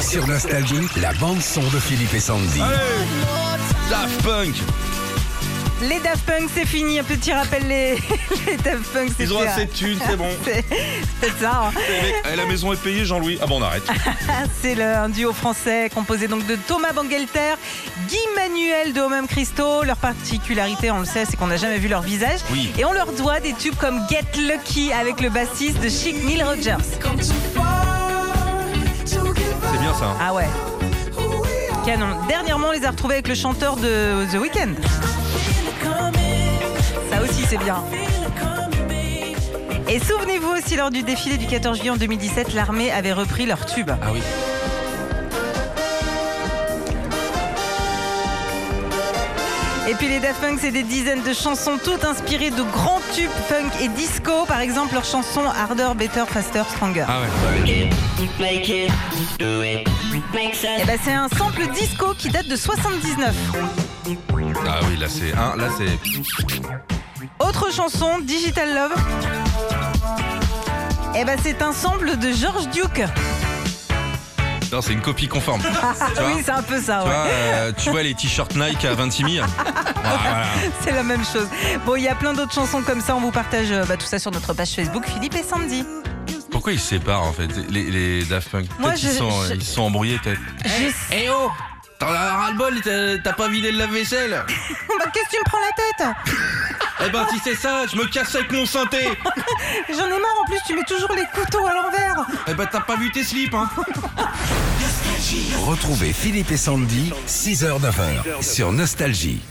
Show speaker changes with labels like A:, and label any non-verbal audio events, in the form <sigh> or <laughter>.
A: Sur Nostalgie, la bande-son de Philippe et Sandy.
B: Daft Punk
C: Les Daft Punk, c'est fini. Un petit rappel, les, <laughs> les Daft Punk, c'est
B: Ils ont
C: fini.
B: assez de thunes, c'est <laughs> bon.
C: C'est c'est ça. hein.
B: Les mecs, eh, La maison est payée, Jean-Louis. Ah bon, on arrête.
C: C'est le- un duo français composé donc de Thomas Bangalter, Guy Manuel de Homem Christo. Leur particularité, on le sait, c'est qu'on n'a jamais vu leur visage.
B: Oui.
C: Et on leur doit des tubes comme Get Lucky avec le bassiste de Chic Neil Rogers.
B: C'est bien ça. hein.
C: Ah ouais. Canon. Dernièrement, on les a retrouvés avec le chanteur de The Weeknd. Ça aussi, c'est bien. Et souvenez-vous aussi, lors du défilé du 14 juillet en 2017, l'armée avait repris leur tube.
B: Ah oui.
C: Et puis les Daft Punk, c'est des dizaines de chansons, toutes inspirées de grands tubes funk et disco. Par exemple, leur chanson Harder, Better, Faster, Stronger.
B: Ah ouais.
D: Make it, do it, makes
C: Et
D: sense.
C: ben, c'est un sample disco qui date de 79.
B: Ah oui, là c'est. hein, là c'est.
C: Autre chanson, Digital Love. Eh ben, c'est un sample de George Duke.
B: Non, c'est une copie conforme. tu vois,
C: oui, c'est un peu ça,
B: Tu
C: ouais.
B: vois, euh, tu vois les t-shirts Nike à 26 <laughs> 000 Ah, voilà.
C: <laughs> c'est la même chose. Bon, il y a plein d'autres chansons comme ça. On vous partage euh, bah, tout ça sur notre page Facebook Philippe et Sandy.
B: Pourquoi ils se séparent en fait Les, les Daft Punk
C: Moi,
B: Peut-être
C: je-
B: ils, sont,
C: je-
B: ils sont embrouillés peut-être.
C: Je-
B: Eh oh T'en as ras-le-bol, t'as- t'as pas vidé le lave-vaisselle
C: Bah, Qu'est-ce que tu me prends la tête
B: Eh ben si c'est ça, je me casse avec mon synthé
C: J'en ai marre en plus, tu mets toujours les couteaux à l'envers.
B: Eh ben t'as pas vu tes slips hein
A: Retrouvez Philippe et Sandy, 6h-9h, sur Nostalgie.